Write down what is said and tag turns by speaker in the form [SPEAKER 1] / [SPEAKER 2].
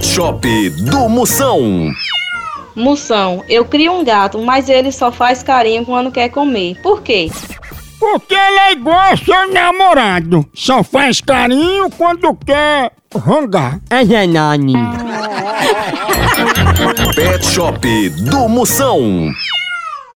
[SPEAKER 1] Shop do Moção.
[SPEAKER 2] Moção, eu crio um gato, mas ele só faz carinho quando quer comer. Por quê?
[SPEAKER 3] Porque ele é igual ao seu namorado. Só faz carinho quando quer rangar.
[SPEAKER 4] É Zenani.
[SPEAKER 1] Pet Shop do Moção.